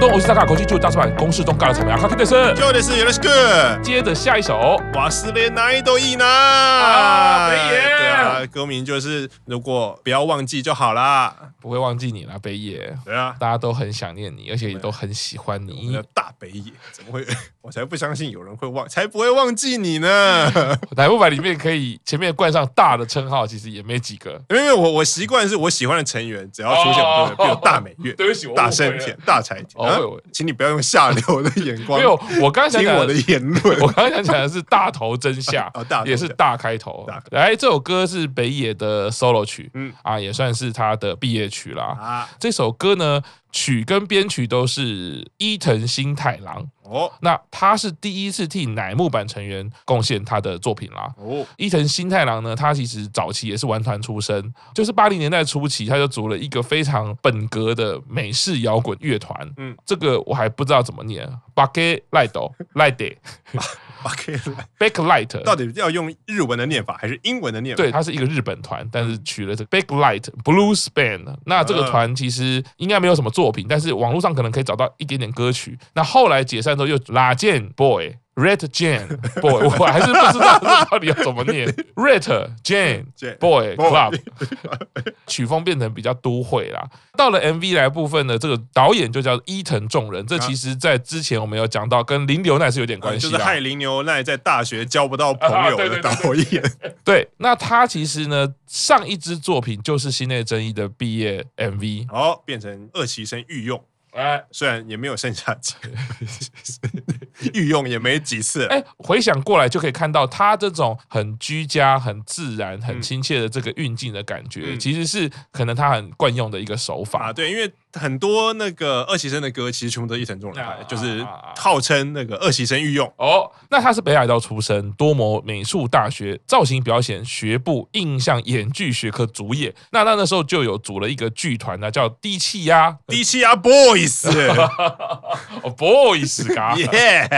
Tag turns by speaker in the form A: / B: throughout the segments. A: どうもおじさんが52ダンス版公式中からサムヤカケです。
B: 今日ですよろしく
A: 接着下一首，
B: 忘れない都いいな
A: 啊北野
B: 对啊，歌名就是如果不要忘记就好啦。
A: 不会忘记你啦，北野，
B: 对啊，
A: 大家都很想念你，而且也都很喜欢
B: 我们
A: 你
B: 的。大北野怎么会？ 我才不相信有人会忘，才不会忘记你呢。
A: 乃木坂里面可以前面冠上大的称号，其实也没几个。
B: 因为我我习惯是我喜欢的成员，只要出现我都会，比如大美月、
A: 哦对不起，我误会了
B: 大生田、大柴田。
A: 哦
B: 啊
A: 我以为
B: 请你不要用下流的眼光
A: 没有，我刚刚想
B: 听
A: 讲
B: 我的言论
A: 我。刚刚想讲的是大头真夏
B: 哦大头真，夏
A: 也是大开头
B: 大开。
A: 来，这首歌是北野的 solo 曲，
B: 嗯
A: 啊，也算是他的毕业曲啦。
B: 啊，
A: 这首歌呢，曲跟编曲都是伊藤新太郎，
B: 哦
A: 那他是第一次替乃木坂成员贡献他的作品啦。
B: 哦，
A: 伊藤新太郎呢，他其实早期也是玩团出身，就是八零年代初期，他就组了一个非常本格的美式摇滚乐团。
B: 嗯
A: 嗯，这个我还不知道怎么念 b a g e Light Light
B: 把 K 来，
A: Backlight，
B: 到底要用日文的念法还是英文的念法？
A: 对，它是一个日本团，但
B: 嗯
A: 是取了这个 Backlight Blues Band。那这个团其实应该没有什么作品，但是网络上可能可以找到一点点歌曲。那后来解散之后又拉健 Boy。Red Jane Boy，我还是不知道这到底要怎么念。Red Jane
B: Jane
A: Boy
B: Boy
A: Club，曲风变成比较都会啦。到了 MV 来部分呢，这个导演就叫伊藤众人，这其实在之前我们有讲到，跟林流奈是有点关
B: 啊哦就
A: 系
B: 是
A: 啦。啊
B: 害林牛奈在大学交不到朋友的导演。
A: 对，那他其实呢，上一支作品就是新内真一的毕业 MV，
B: 好，变成二期生御用，
A: 哎
B: 虽然也没有剩下 几个，御用也没几次了。
A: 哎，回想过来就可以看到他这种很居家、很自然、很亲切的这个运镜的感觉，
B: 嗯
A: 其实是可能他很惯用的一个手法。
B: 啊，对，因为很多那个二期生的歌，其实全部都是一藤众人拍的，
A: 啊
B: 就是
A: 啊啊
B: 号称那个二期生御用。
A: 哦，那他是北海道出生，多摩美术大学造型表演学部印象演剧学科主业。那那那时候就有组了一个剧团呢，叫低气压
B: 低气压 boys，
A: 哦 Boys 嘎。
B: 耶！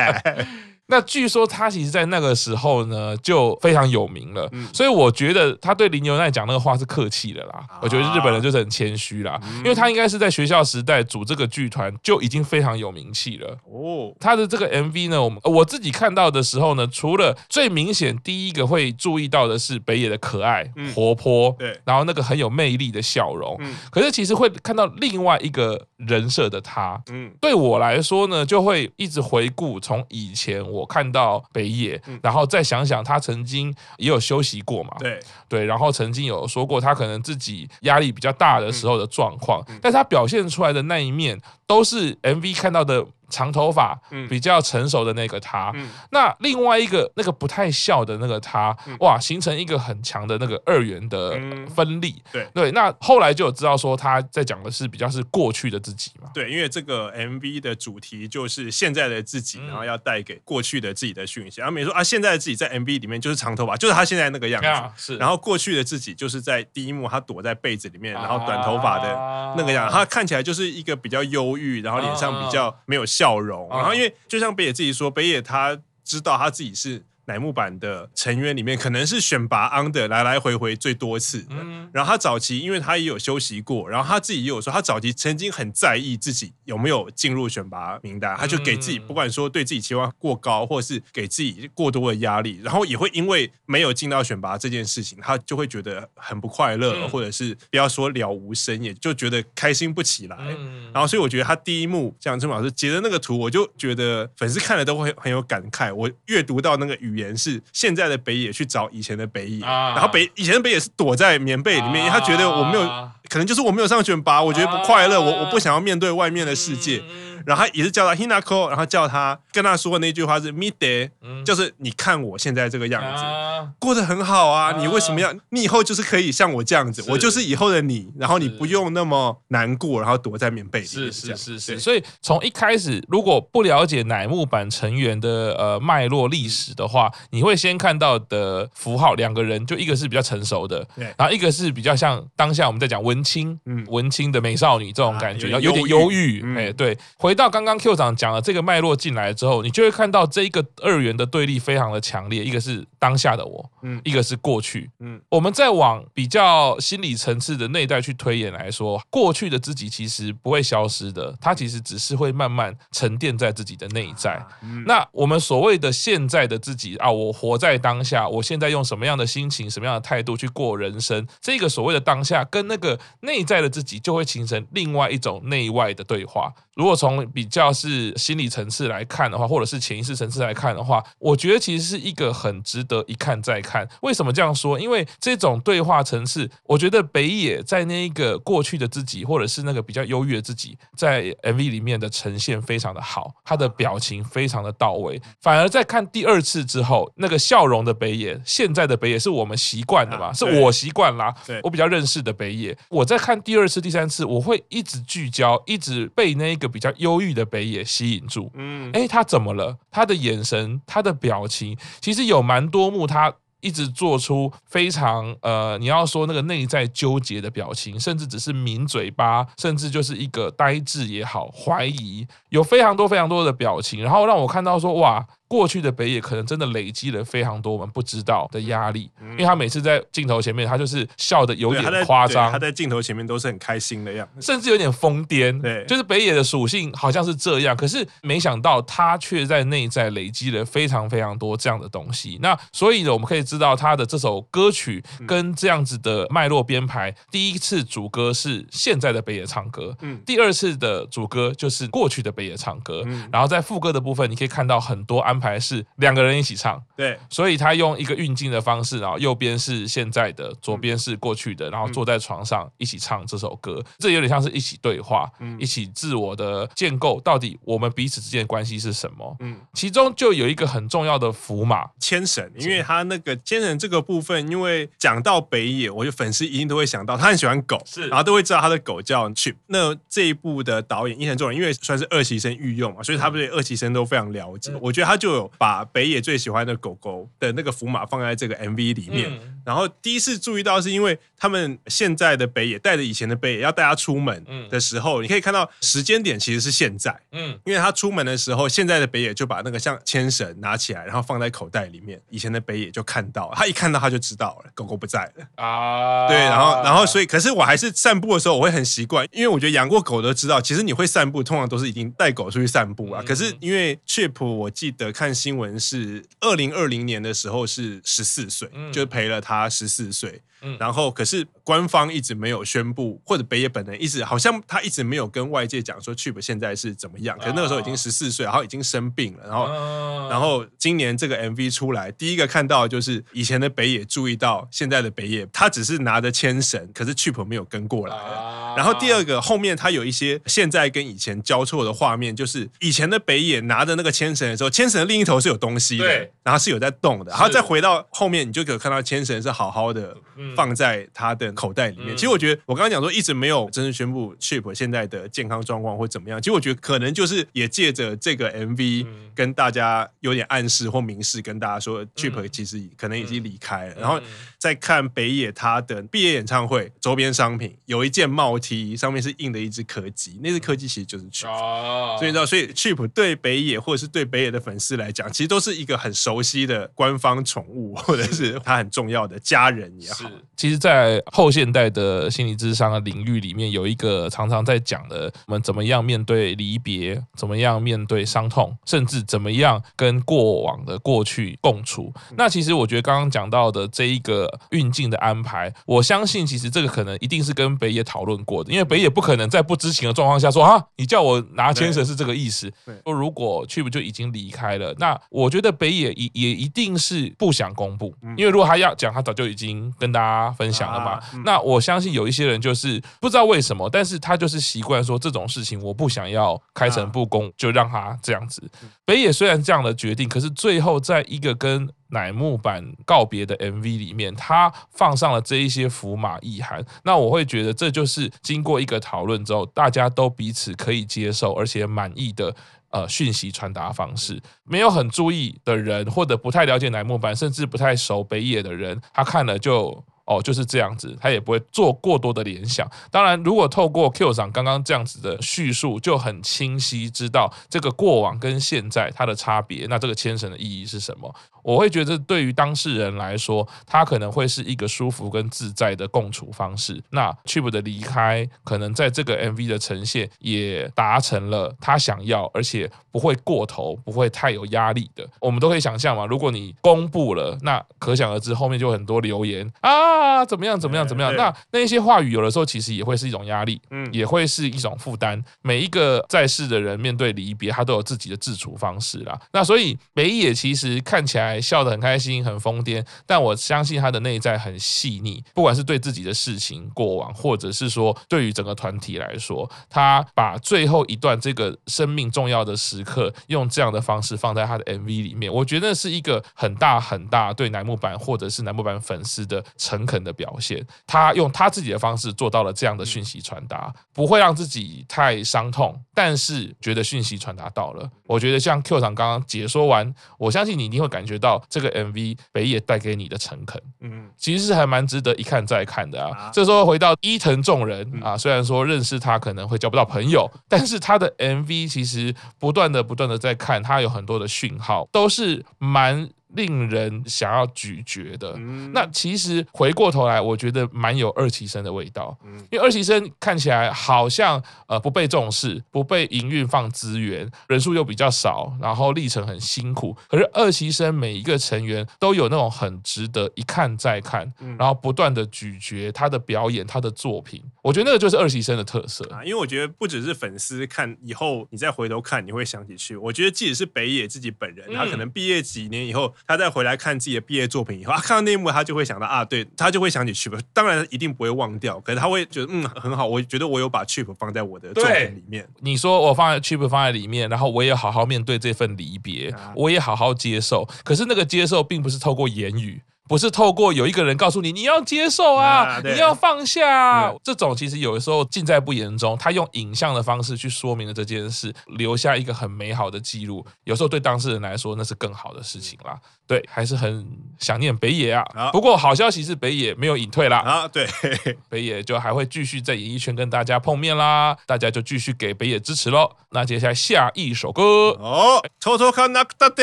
A: 那据说他其实，在那个时候呢，就非常有名了，
B: 嗯
A: 所以我觉得他对林牛奈讲那个话是客气的啦。
B: 啊
A: 我觉得日本人就是很谦虚啦，
B: 嗯
A: 因为他应该是在学校时代组这个剧团就已经非常有名气了。
B: 哦，
A: 他的这个 MV 呢，我们呃我自己看到的时候呢，除了最明显第一个会注意到的是北野的可爱、
B: 嗯
A: 活泼，
B: 对
A: 然后那个很有魅力的笑容，
B: 嗯
A: 可是其实会看到另外一个人设的他，
B: 嗯，
A: 对我来说呢，就会一直回顾从以前我看到北野，然后再想想他曾经也有休息过嘛，
B: 嗯对，
A: 对然后曾经有说过他可能自己压力比较大的时候的状况，
B: 嗯
A: 但是他表现出来的那一面都是 MV 看到的长头发、
B: 嗯
A: 比较成熟的那个他。
B: 嗯
A: 那另外一个那个不太笑的那个他，哇，形成一个很强的那个二元的
B: 嗯
A: 分立。
B: 对
A: 对，那后来就有知道说他在讲的是比较是过去的自己嘛。
B: 对，因为这个 MV 的主题就是现在的自己，
A: 嗯
B: 然后要带给过去的自己的讯息。阿美说啊，现在的自己在 MV 里面就是长头发，就是他现在那个样子。
A: 啊，是，
B: 然后过去的自己就是在第一幕，他躲在被子里面，然
A: 啊
B: 后短头发的
A: 的
B: 那个样子，他看起来就是一个比较忧郁，然后脸上比较没有笑容。
A: 啊
B: 然后因为就像北野自己说，北野他知道他自己是乃木坂的成员里面，可能是选拔 on 的来来回回最多次的。
A: 嗯，
B: 然后他早期，因为他也有休息过，然后他自己也有说，他早期曾经很在意自己有没有进入选拔名单，他就给自己
A: 嗯
B: 不管说对自己期望过高，或是给自己过多的压力，然后也会因为没有进到选拔这件事情，他就会觉得很不快乐，
A: 嗯
B: 或者是不要说了无生厌，就觉得开心不起来。
A: 嗯
B: 哎然后，所以我觉得他第一幕像郑老师截的那个图，我就觉得粉丝看了都会很有感慨。我阅读到那个语言是现在的北野去找以前的北野，
A: 啊
B: 然后北以前的北野是躲在棉被里面，因为他觉得我没有，
A: 啊
B: 可能就是我没有上选拔，我觉得不快乐，
A: 啊
B: 我我不想要面对外面的世界。
A: 嗯
B: 然后他也是叫他 Hinako，然后叫他跟他说的那句话是 Mide，
A: 嗯
B: 就是你看我现在这个样子。
A: 啊
B: 过得很好啊，
A: 啊
B: 你为什么要？你以后就是可以像我这样子，
A: 是
B: 我就是以后的你，然后你
A: 是
B: 不用那么难过，然后躲在棉被里面
A: 是
B: 这样。
A: 是是是，
B: 对
A: 所以从一开始，如果不了解乃木坂成员的呃脉络历史的话，你会先看到的符号，两个人就一个是比较成熟的
B: 对，
A: 然后一个是比较像当下我们在讲文青，
B: 嗯
A: 文青的美少女这种
B: 啊
A: 感觉，
B: 有
A: 然后
B: 点
A: 有点
B: 忧
A: 忧
B: 郁
A: 郁，
B: 嗯
A: 哎、对。回回到刚刚 Q 长讲的这个脉络进来之后，你就会看到这一个二元的对立非常的强烈，一个是当下的我，
B: 嗯
A: 一个是过去，
B: 嗯
A: 我们再往比较心理层次的内在去推演来说，过去的自己其实不会消失的，它其实只是会慢慢沉淀在自己的内在。
B: 嗯
A: 那我们所谓的现在的自己啊，我活在当下，我现在用什么样的心情、什么样的态度去过人生，这个所谓的当下跟那个内在的自己，就会形成另外一种内外的对话。如果从比较是心理层次来看的话，或者是潜意识层次来看的话，我觉得其实是一个很值得一看再看。为什么这样说？因为这种对话层次，我觉得北野在那一个过去的自己，或者是那个比较优越的自己，在 MV 里面的呈现非常的好，他的表情非常的到位。反而在看第二次之后，那个笑容的北野，现在的北野是我们习惯的嘛，
B: 啊
A: 是
B: 对
A: 我习惯啦
B: 对，
A: 我比较认识的北野。我在看第二次、第三次，我会一直聚焦，一直被那一个比较忧郁的北野吸引住。
B: 嗯，
A: 哎，他怎么了？他的眼神，他的表情，其实有蛮多幕他。一直做出非常呃，你要说那个内在纠结的表情，甚至只是抿嘴巴，甚至就是一个呆滞也好，怀疑，有非常多非常多的表情，然后让我看到说，哇，过去的北野可能真的累积了非常多我们不知道的压力，因为他每次在镜头前面，他就是笑的有
B: 嗯对，他在
A: 点夸
B: 对
A: 张
B: 他，在镜头前面都是很开心的样子。
A: 甚至有点疯癫。
B: 对
A: 就是北野的属性好像是这样，可是没想到他却在内在累积了非常非常多这样的东西。那所以呢，我们可以知道他的这首歌曲
B: 嗯
A: 跟这样子的脉络编排，第一次主歌是现在的北野唱歌，
B: 嗯
A: 第二次的主歌就是过去的北野唱歌，
B: 嗯
A: 然后在副歌的部分，你可以看到很多安排是两个人一起唱。
B: 对，
A: 所以他用一个运镜的方式，然后右边是现在的，左边是过去
B: 嗯
A: 的，然后坐在床上一起唱这首歌，这有点像是一起对话，
B: 嗯
A: 一起自我的建构，到底我们彼此之间的关系是什么？
B: 嗯
A: 其中就有一个很重要的符码，
B: 牵绳，因为他那个牵绳这个部分，因为讲到北野，我觉得粉丝一定都会想到他很喜欢狗，
A: 是
B: 然后都会知道他的狗叫 Chip。那这一部的导演伊藤忠人，因为算是二期生御用嘛，所以
A: 嗯
B: 他对二期生都非常了解。我觉得他就有把北野最喜欢的狗狗的那个符码放在这个 MV 里面。
A: 嗯
B: 然后第一次注意到，是因为他们现在的北野带着以前的北野要带他出门
A: 嗯
B: 的时候，你可以看到时间点其实是现在，
A: 嗯，
B: 因为他出门的时候，现在的北野就把那个像牵绳拿起来，然后放在口袋里面。以前的北野就看到，他一看到他就知道了，狗狗不在了。
A: 啊，
B: 对，然后然后所
A: 以
B: 以，可是我还是散步的时候，我会很习惯，因为我觉得养过狗的知道，其实你会散步，通常都是已经带狗出去散步啊。
A: 嗯
B: 可是因为 Chip，我记得看新闻是二零二零年的时候是十四岁，
A: 嗯
B: 就陪了他十四岁。
A: 嗯
B: 然后可是官方一直没有宣布，或者北野本人一直好像他一直没有跟外界讲说 Chip 现在是怎么样。可是那个时候已经十四岁，然后已经生病了，然后
A: 啊嗯
B: 然后今年这个 MV 出来，第一个看到的就是以前的北野注意到现在的北野，他只是拿着牵绳，可是 Chip 没有跟过来。
A: 啊
B: 然后第二个后面他有一些现在跟以前交错的画面，就是以前的北野拿着那个牵绳的时候，牵绳的另一头是有东西的
A: 对，
B: 然后是有在动的。然后再回到后面，你就可以看到牵绳是好好的
A: 嗯
B: 放在他的口袋里
A: 嗯
B: 面。其实我觉得我刚刚讲说一直没有真正宣布 Chip 现在的健康状况或怎么样，其实我觉得可能就是也借着这个 MV
A: 嗯
B: 跟大家有点暗示或明示，跟大家说
A: 嗯
B: Chip 其实可能已经离开了，然后。在看北野他的毕业演唱会周边商品，有一件帽 T，上面是印的一只柯基，那只柯基其实就是 Chip。
A: 哦，
B: 所以你知道，所以 Chip 对北野或者是对北野的粉丝来讲，其实都是一个很熟悉的官方宠物，或者是他很重要的家人也好。
A: 其实，在后现代的心理智商的领域里面，有一个常常在讲的，我们怎么样面对离别，怎么样面对伤痛，甚至怎么样跟过往的过去共处。
B: 嗯
A: 那其实我觉得刚刚讲到的这一个运镜的安排，我相信其实这个可能一定是跟北野讨论过的，因为北野不可能在不知情的状况下说啊，你叫我拿牵绳是这个意思
B: 对。
A: 说如果 Chip 就已经离开了，那我觉得北野也也一定是不想公布，因为如果他要讲，他早就已经跟大家分享了嘛
B: 嗯啊。嗯
A: 那我相信有一些人就是不知道为什么，但是他就是习惯说这种事情我不想要开诚布公，就让他这样子。北野虽然这样的决定，可是最后在一个跟乃木坂告别的 MV 里面，他放上了这一些符码意涵。那我会觉得这就是经过一个讨论之后，大家都彼此可以接受而且满意的。呃，讯息传达方式没有很注意的人，或者不太了解乃木坂，甚至不太熟北野的人，他看了就哦，就是这样子，他也不会做过多的联想。当然，如果透过 Q 长刚刚这样子的叙述，就很清晰知道这个过往跟现在它的差别，那这个牵绳的意义是什么？我会觉得对于当事人来说，他可能会是一个舒服跟自在的共处方式。那 Chip 的离开，可能在这个 MV 的呈现也达成了他想要，而且不会过头，不会太有压力的。我们都可以想象嘛，如果你公布了，那可想而知后面就很多留言啊，怎么样怎么样怎么样。
B: 对
A: 那那一些话语有的时候其实也会是一种压力，
B: 嗯
A: 也会是一种负担。每一个在世的人面对离别，他都有自己的自处方式啦。那所以北野其实看起来笑得很开心、很疯癫，但我相信他的内在很细腻，不管是对自己的事情、过往，或者是说对于整个团体来说，他把最后一段这个生命重要的时刻，用这样的方式放在他的 MV 里面，我觉得是一个很大很大对楠木板或者是楠木板粉丝的诚恳的表现。他用他自己的方式做到了这样的讯息传达，不会让自己太伤痛，但是觉得讯息传达到了。我觉得像 Q 厂刚刚解说完，我相信你一定会感觉到这个 MV 北野带给你的诚恳。
B: 嗯，
A: 其实是还蛮值得一看再看的啊
B: 啊。
A: 这时候回到伊藤众人
B: 嗯
A: 啊，虽然说认识他可能会交不到朋 友，但是他的 MV 其实不断的不断的在看，他有很多的讯号，都是蛮令人想要咀嚼的。
B: 嗯
A: 那其实回过头来，我觉得蛮有二期生的味道，
B: 嗯
A: 因为二期生看起来好像呃不被重视，不被营运放资源，人数又比较少，然后历程很辛苦。可是二期生每一个成员都有那种很值得一看再看，
B: 嗯
A: 然后不断的咀嚼他的表演、他的作品，我觉得那个就是二期生的特色。
B: 啊，因为我觉得不只是粉丝看，以后你再回头看，你会想起去。我觉得即使是北野自己本人，他
A: 嗯
B: 可能毕业几年以后，他再回来看自己的毕业作品以后，啊，看到那一幕，他就会想到啊，对他就会想起去吧。当然一定不会忘掉，可是他会觉得嗯很好，我觉得我有把去 h 放在我的作
A: 对
B: 品里面。
A: 你说我放在 chip 放在里面，然后我也好好面对这份离别，
B: 啊
A: 我也好好接受。可是那个接受并不是透过言语，不是透过有一个人告诉你你要接受啊，
B: 啊对
A: 你要放下、啊。
B: 嗯
A: 这种其实有的时候尽在不言中，他用影像的方式去说明了这件事，留下一个很美好的记录。有时候对当事人来说，那是更好的事情啦。对，还是很想念北野啊
B: 好。
A: 不过好消息是北野没有隐退啦。
B: 啊，对，
A: 北野就还会继续在演艺圈跟大家碰面啦，大家就继续给北野支持喽。那接下来下一首歌，
B: 哦，哎偷偷看那个大的，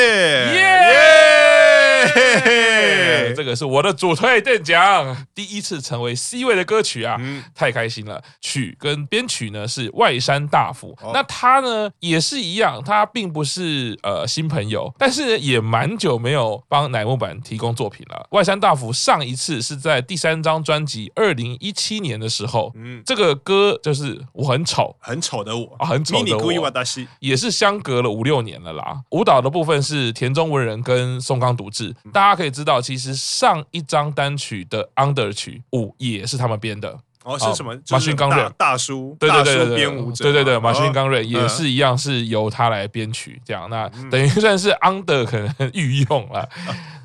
A: 耶
B: 耶！
A: 这个是我的主推荐奖，第一次成为 C 位的歌曲啊，
B: 嗯
A: 太开心了。曲跟编曲呢是外山大辅，
B: 哦
A: 那他呢也是一样，他并不是呃新朋友，但是呢也蛮久没有帮乃木坂提供作品了。外山大辅上一次是在第三张专辑二零一七年的时候，
B: 嗯，
A: 这个歌就是我很丑。
B: 很丑的我
A: 啊，很丑的
B: 你故意
A: 我
B: 挖大西，
A: 也是相隔了五六年了啦。舞蹈的部分是田中文人跟松冈独志，
B: 嗯
A: 大家可以知道，其实上一张单曲的 Under 曲舞也是他们编的。
B: 哦，
A: 哦
B: 是什么？
A: 马
B: 就
A: 训
B: 是
A: 钢
B: 大
A: 刃
B: 大叔，
A: 对对对
B: 大
A: 对
B: 叔
A: 对，
B: 编舞者
A: 对
B: 嘛，
A: 对对，马
B: 哦
A: 逊刚瑞也
B: 嗯
A: 是一样，是由他来编曲这样，那等于算是 under 可能 御用 了。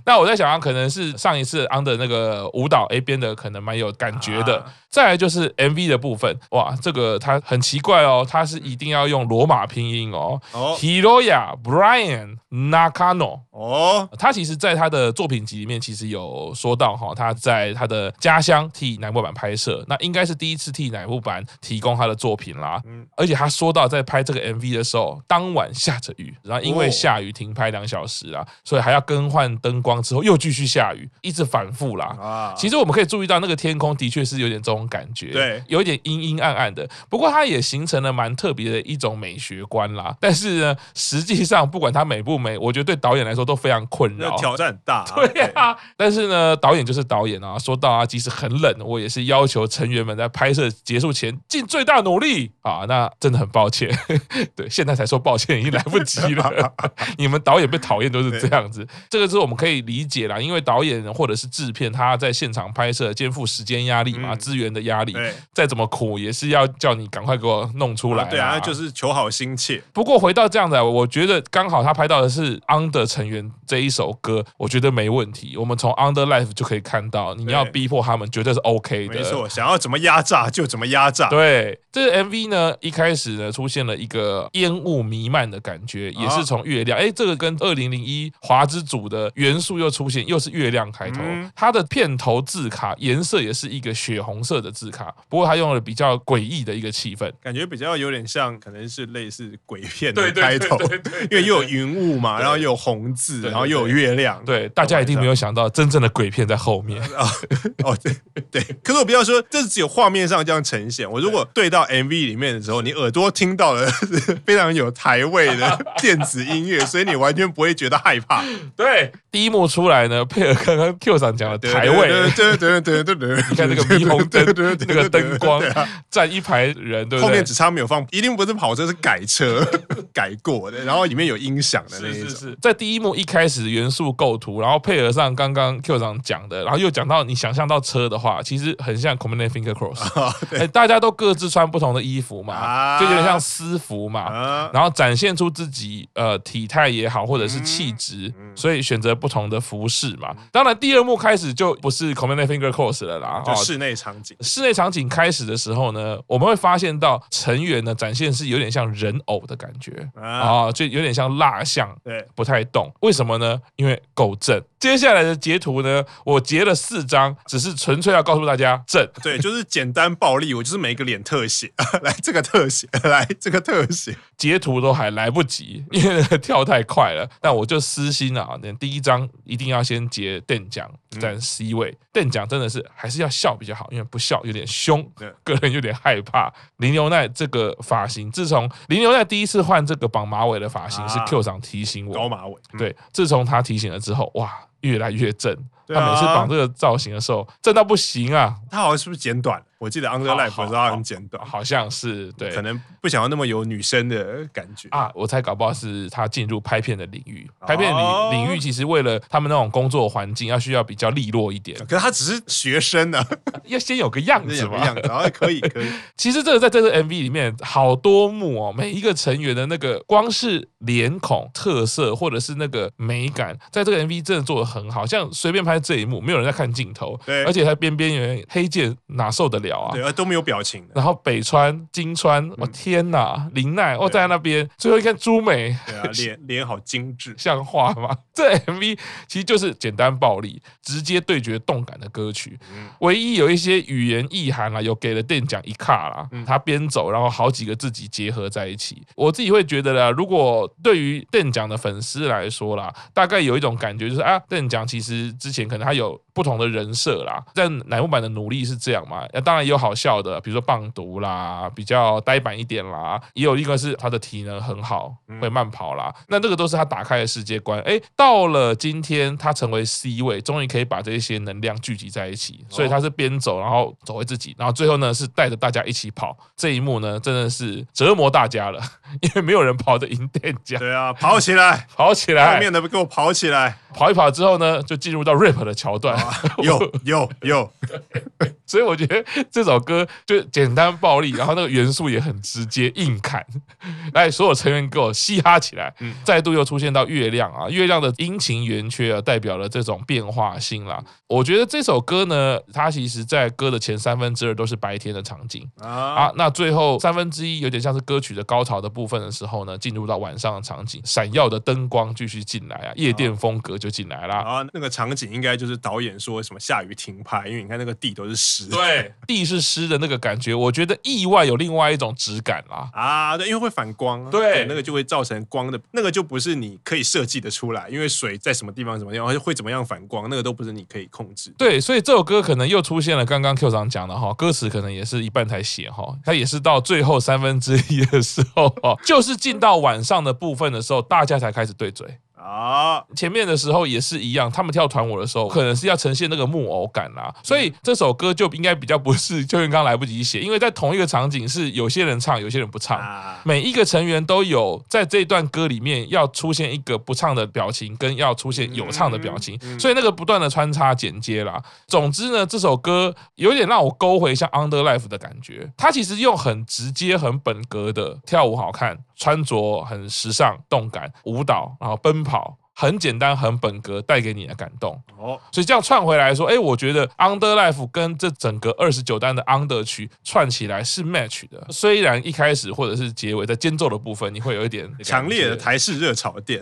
A: 那我在想啊，可能是上一次 under 那个舞蹈 A 编的，可能蛮有感觉的
B: 啊。
A: 再来就是 MV 的部分，哇，这个它很奇怪哦，它
B: 嗯
A: 是一定要用罗马拼音哦
B: 哦
A: ，Hiroya Brian Nakano。
B: 哦，
A: 他其实，在他的作品集里面，其实有说到哈，他在他的家乡替乃木坂拍摄，那应该是第一次替乃木坂提供他的作品啦。
B: 嗯
A: 而且他说到，在拍这个 MV 的时候，当晚下着雨，然后因
B: 哦
A: 为下雨停拍两小时啊，所以还要更换灯光之后又继续下雨，一直反复啦。
B: 啊，
A: 其实我们可以注意到，那个天空的确是有点这种感觉，
B: 对
A: 有一点阴阴暗暗的。不过它也形成了蛮特别的一种美学观啦。但是呢，实际上不管它美不美，我觉得对导演来说都非常困
B: 那
A: 扰。
B: 挑战很大啊，
A: 对啊，但是呢，导演就是导演啊。说到啊，即使很冷，我也是要求成员们在拍摄结束前尽最大努力啊。那真的很抱歉， 对，现在才说抱歉已经来不及 了。你们导演被讨厌都是这样子，这个是我们可以理解啦，因为导演或者是制片他在现场拍摄肩负时间压力嘛，
B: 嗯
A: 资源的压力，
B: 对
A: 再怎么苦也是要叫你赶快给我弄出来
B: 啊
A: 啦。
B: 对啊，就是求好心切，
A: 不过回到这样的，啊我觉得刚好他拍到的是《Under》成员这一首歌，我觉得没问题。我们从《Under Life》就可以看到，你要逼迫他们绝对是 OK 的。
B: 没错，想要怎么压榨就怎么压榨，
A: 对，这个 MV 呢，一开始呢出现了一个
B: 啊
A: 烟雾弥漫的感觉，也是从月亮。哎、这个跟二零零一华之组的元素处又出现，又是月亮开头
B: 嗯。
A: 它的片头字卡颜色也是一个血红色的字卡，不过它用了比较诡异的一个气氛。
B: 感觉比较有点像，可能是类似鬼片
A: 对
B: 的
A: 对
B: 开
A: 对
B: 头
A: 对对对，
B: 因为又有云雾嘛，
A: 对
B: 然后又有红字，
A: 对
B: 然后又有月亮，
A: 对，大家一定没有想到真正的鬼片在后面。
B: 啊， 哦，对对，可是我不要说，这是只有画面上这样呈现。我如果对到 MV 里面的时候，你耳朵听到了 非常有台味的 电子音乐，所以你完全不会觉得害怕。
A: 对，第一幕出来呢，配合刚刚 Q 长讲的台位，
B: 对对对对对，
A: 你看那个霓虹灯
B: 对对对，
A: 那个灯光
B: 对啊
A: 站一排人，对不
B: 后面
A: 对？
B: 只差没有放，一定不是跑车，是改车 改过的，然后里面有音响的
A: 是
B: 那一
A: 是
B: 种。
A: 是，在第一幕一开始元素构图，然后配合上刚刚 Q 长讲的，然后又讲到你想象到车的话，其实很像 c o m m u n i t Finger Cross，哎、大家都各自穿不同的衣服嘛，
B: 啊
A: 就有点像私服嘛，
B: 啊，
A: 然后展现出自己呃体态也好，或者是气质，所以选择不同的服饰嘛。当然，第二幕开始就不是 c o m m u n i t Finger Cross 了啦，
B: 就
A: 哦
B: 室内场景。
A: 室内场景开始的时候呢，我们会发现到成员呢展现是有点像人偶的感觉
B: 啊
A: 啊、就有点像蜡像，
B: 对，
A: 不太动。为什么呢？因为够正。接下来的截图呢，我截了四张，只是纯粹要告诉大家正。
B: 对，就是简单暴力，我就是每一个脸特写， 来这个特写， 来这个特写，
A: 截图都还来不及， 因为那个跳太快了。但我就私心啊，那第一张一定要先截邓奖
B: 嗯
A: 占 C 位，邓奖真的是还是要笑比较好，因为不笑有点凶
B: 对，
A: 个人有点害怕。林牛奈这个发型，自从林牛奈第一次换这个绑马尾的发型，
B: 啊
A: 是 Q 长提醒
B: 高
A: 我，
B: 马尾，嗯
A: 对，自从他提醒了之后，哇，越来越正。
B: 对
A: 他每次
B: 啊
A: 绑这个造型的时候，正到不行啊，
B: 他好像是不是剪短？我记得 Under
A: 好
B: Life
A: 好
B: 的时候他很剪短，
A: 好像是对，
B: 可能不想要那么有女生的感觉。
A: 啊，我猜搞不好是他进入拍片的领域。拍片领、
B: 哦
A: 领域其实为了他们那种工作环境，要需要比较利落一 点，
B: 可是他只是学生呢、啊，
A: 要先有个样
B: 那
A: 子
B: 什么
A: 嘛
B: 样。子？然后可以可以，
A: 其实这个在这个 MV 里面好多幕哦，每一个成员的那个光是脸孔特色或者是那个美感，在这个 MV 真的做的很好。像随便拍这一幕，没有人在看镜头，
B: 对
A: 而且他边边缘黑键哪受得了啊？
B: 对，而都没有表情的。
A: 然后北川、金川，我、天哪，林奈，我、哦、
B: 对啊
A: 站在那边，最后一看朱美，
B: 对啊，脸脸好精致，
A: 像话吗？ 这 MV 其实就是简单暴力，直接对决动感的歌曲。唯一有一些语言意涵啊啦，有给了店长一卡啦，他边走，然后好几个自己结合在一起。我自己会觉得啦，如果对于店长的粉丝来说啦，大概有一种感觉就是啊，店长其实之前可能他有不同的人设啦，在乃木坂的努力是这样嘛，那当然也有好笑的，比如说棒读啦，比较呆板一点啦，也有一个是他的体能很好，会慢跑啦，那这个都是他打开的世界观。哎，到了今天他成为 C 位，终于可以把这些能量聚集在一起，所以他是边走然后走回自己，然后最后呢是带着大家一起跑，这一幕呢真的是折磨大家了， 因为没有人跑得赢店家，
B: 对啊，跑起 来，
A: 跑起
B: 后
A: 来，
B: 面的给我跑起来，
A: 跑一跑之后呢就进入到 rap 的桥段。
B: 哦有有有，
A: 所以我觉得这首歌就简单暴力，然后那个元素也很直接，硬砍。 来，所有成员给我嘻哈起来！
B: 嗯
A: 再度又出现到月亮啊，月亮的阴晴圆缺啊，代表了这种变化性啦。我觉得这首歌呢，它其实在歌的前三分之二都是白天的场景，
B: 啊，
A: 啊，那最后三分之一有点像是歌曲的高潮的部分的时候呢，进入到晚上的场景，闪耀的灯光继续进来啊，夜店风格就进来啦。
B: 然后啊那个场景应该就是导演说什么下雨停拍，因为你看那个地都是湿，
A: 对，地是湿的那个感觉，我觉得意外有另外一种质感啦。
B: 啊，对，因为会反光、啊，
A: 对
B: 那个就会造成光的，那个就不是你可以设计的出来，因为水在什么地方什么地方会怎么样反光，那个都不是你可以控制。
A: 对，所以这首歌可能又出现了刚刚 Q 长讲的哈，歌词可能也是一半才写哈，它也是到最后三分之一的时候哦，就是进到晚上的部分的时候，大家才开始对嘴。
B: 啊，
A: 前面的时候也是一样，他们跳团舞的时候，可能是要呈现那个木偶感啦、所以这首歌就应该比较不是邱元刚来不及写，因为在同一个场景是有些人唱，有些人不唱。
B: 啊
A: 每一个成员都有在这段歌里面要出现一个不唱的表情，跟要出现有唱的表情，所以那个不断的穿插剪接啦。总之呢，这首歌有点让我勾回像 Under Life 的感觉。它其实用很直接、很本格的跳舞好看，穿着很时尚动感，舞蹈然后奔跑。很简单、很本格带给你的感动。
B: 哦，
A: 所以这样串回来说，哎，我觉得 Under Life 跟这整个二十九单的 Under 曲串起来是 match 的。虽然一开始或者是结尾在间奏的部分，你会有一点
B: 强烈的
A: 感觉
B: 台式热炒 店，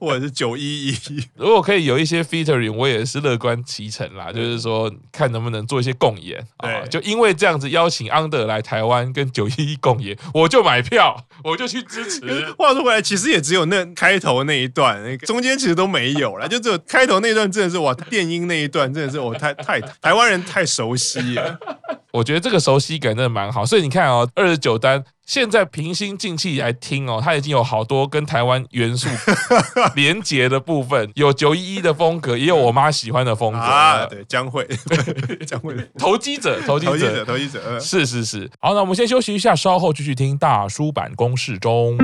B: 或者是九一一，
A: 如果可以有一些 featuring，我也是乐观其成啦。就是说，看能不能做一些共演啊。
B: 对。
A: 就因为这样子邀请 Under 来台湾跟九一一共演，我就买票，我就去支持
B: 话说回来，其实也只有那开头那一段，那个中间其实都没有了，就只有开头那一段真的是哇，电音那一段真的是我哦太 太台湾人太熟悉 了，
A: 我觉得这个熟悉感真的蛮好。所以你看哦，二十九单现在平心静气来听哦，它已经有好多跟台湾元素连结的部分， 有九一一的风格，也有我妈喜欢的风格。
B: 啊，对，江蕙， 江蕙的
A: 投机者，投机
B: 投机
A: 者
B: 者，，投机者，呃
A: 是是是，好，那我们先休息一下，稍后继续听大叔版公式中。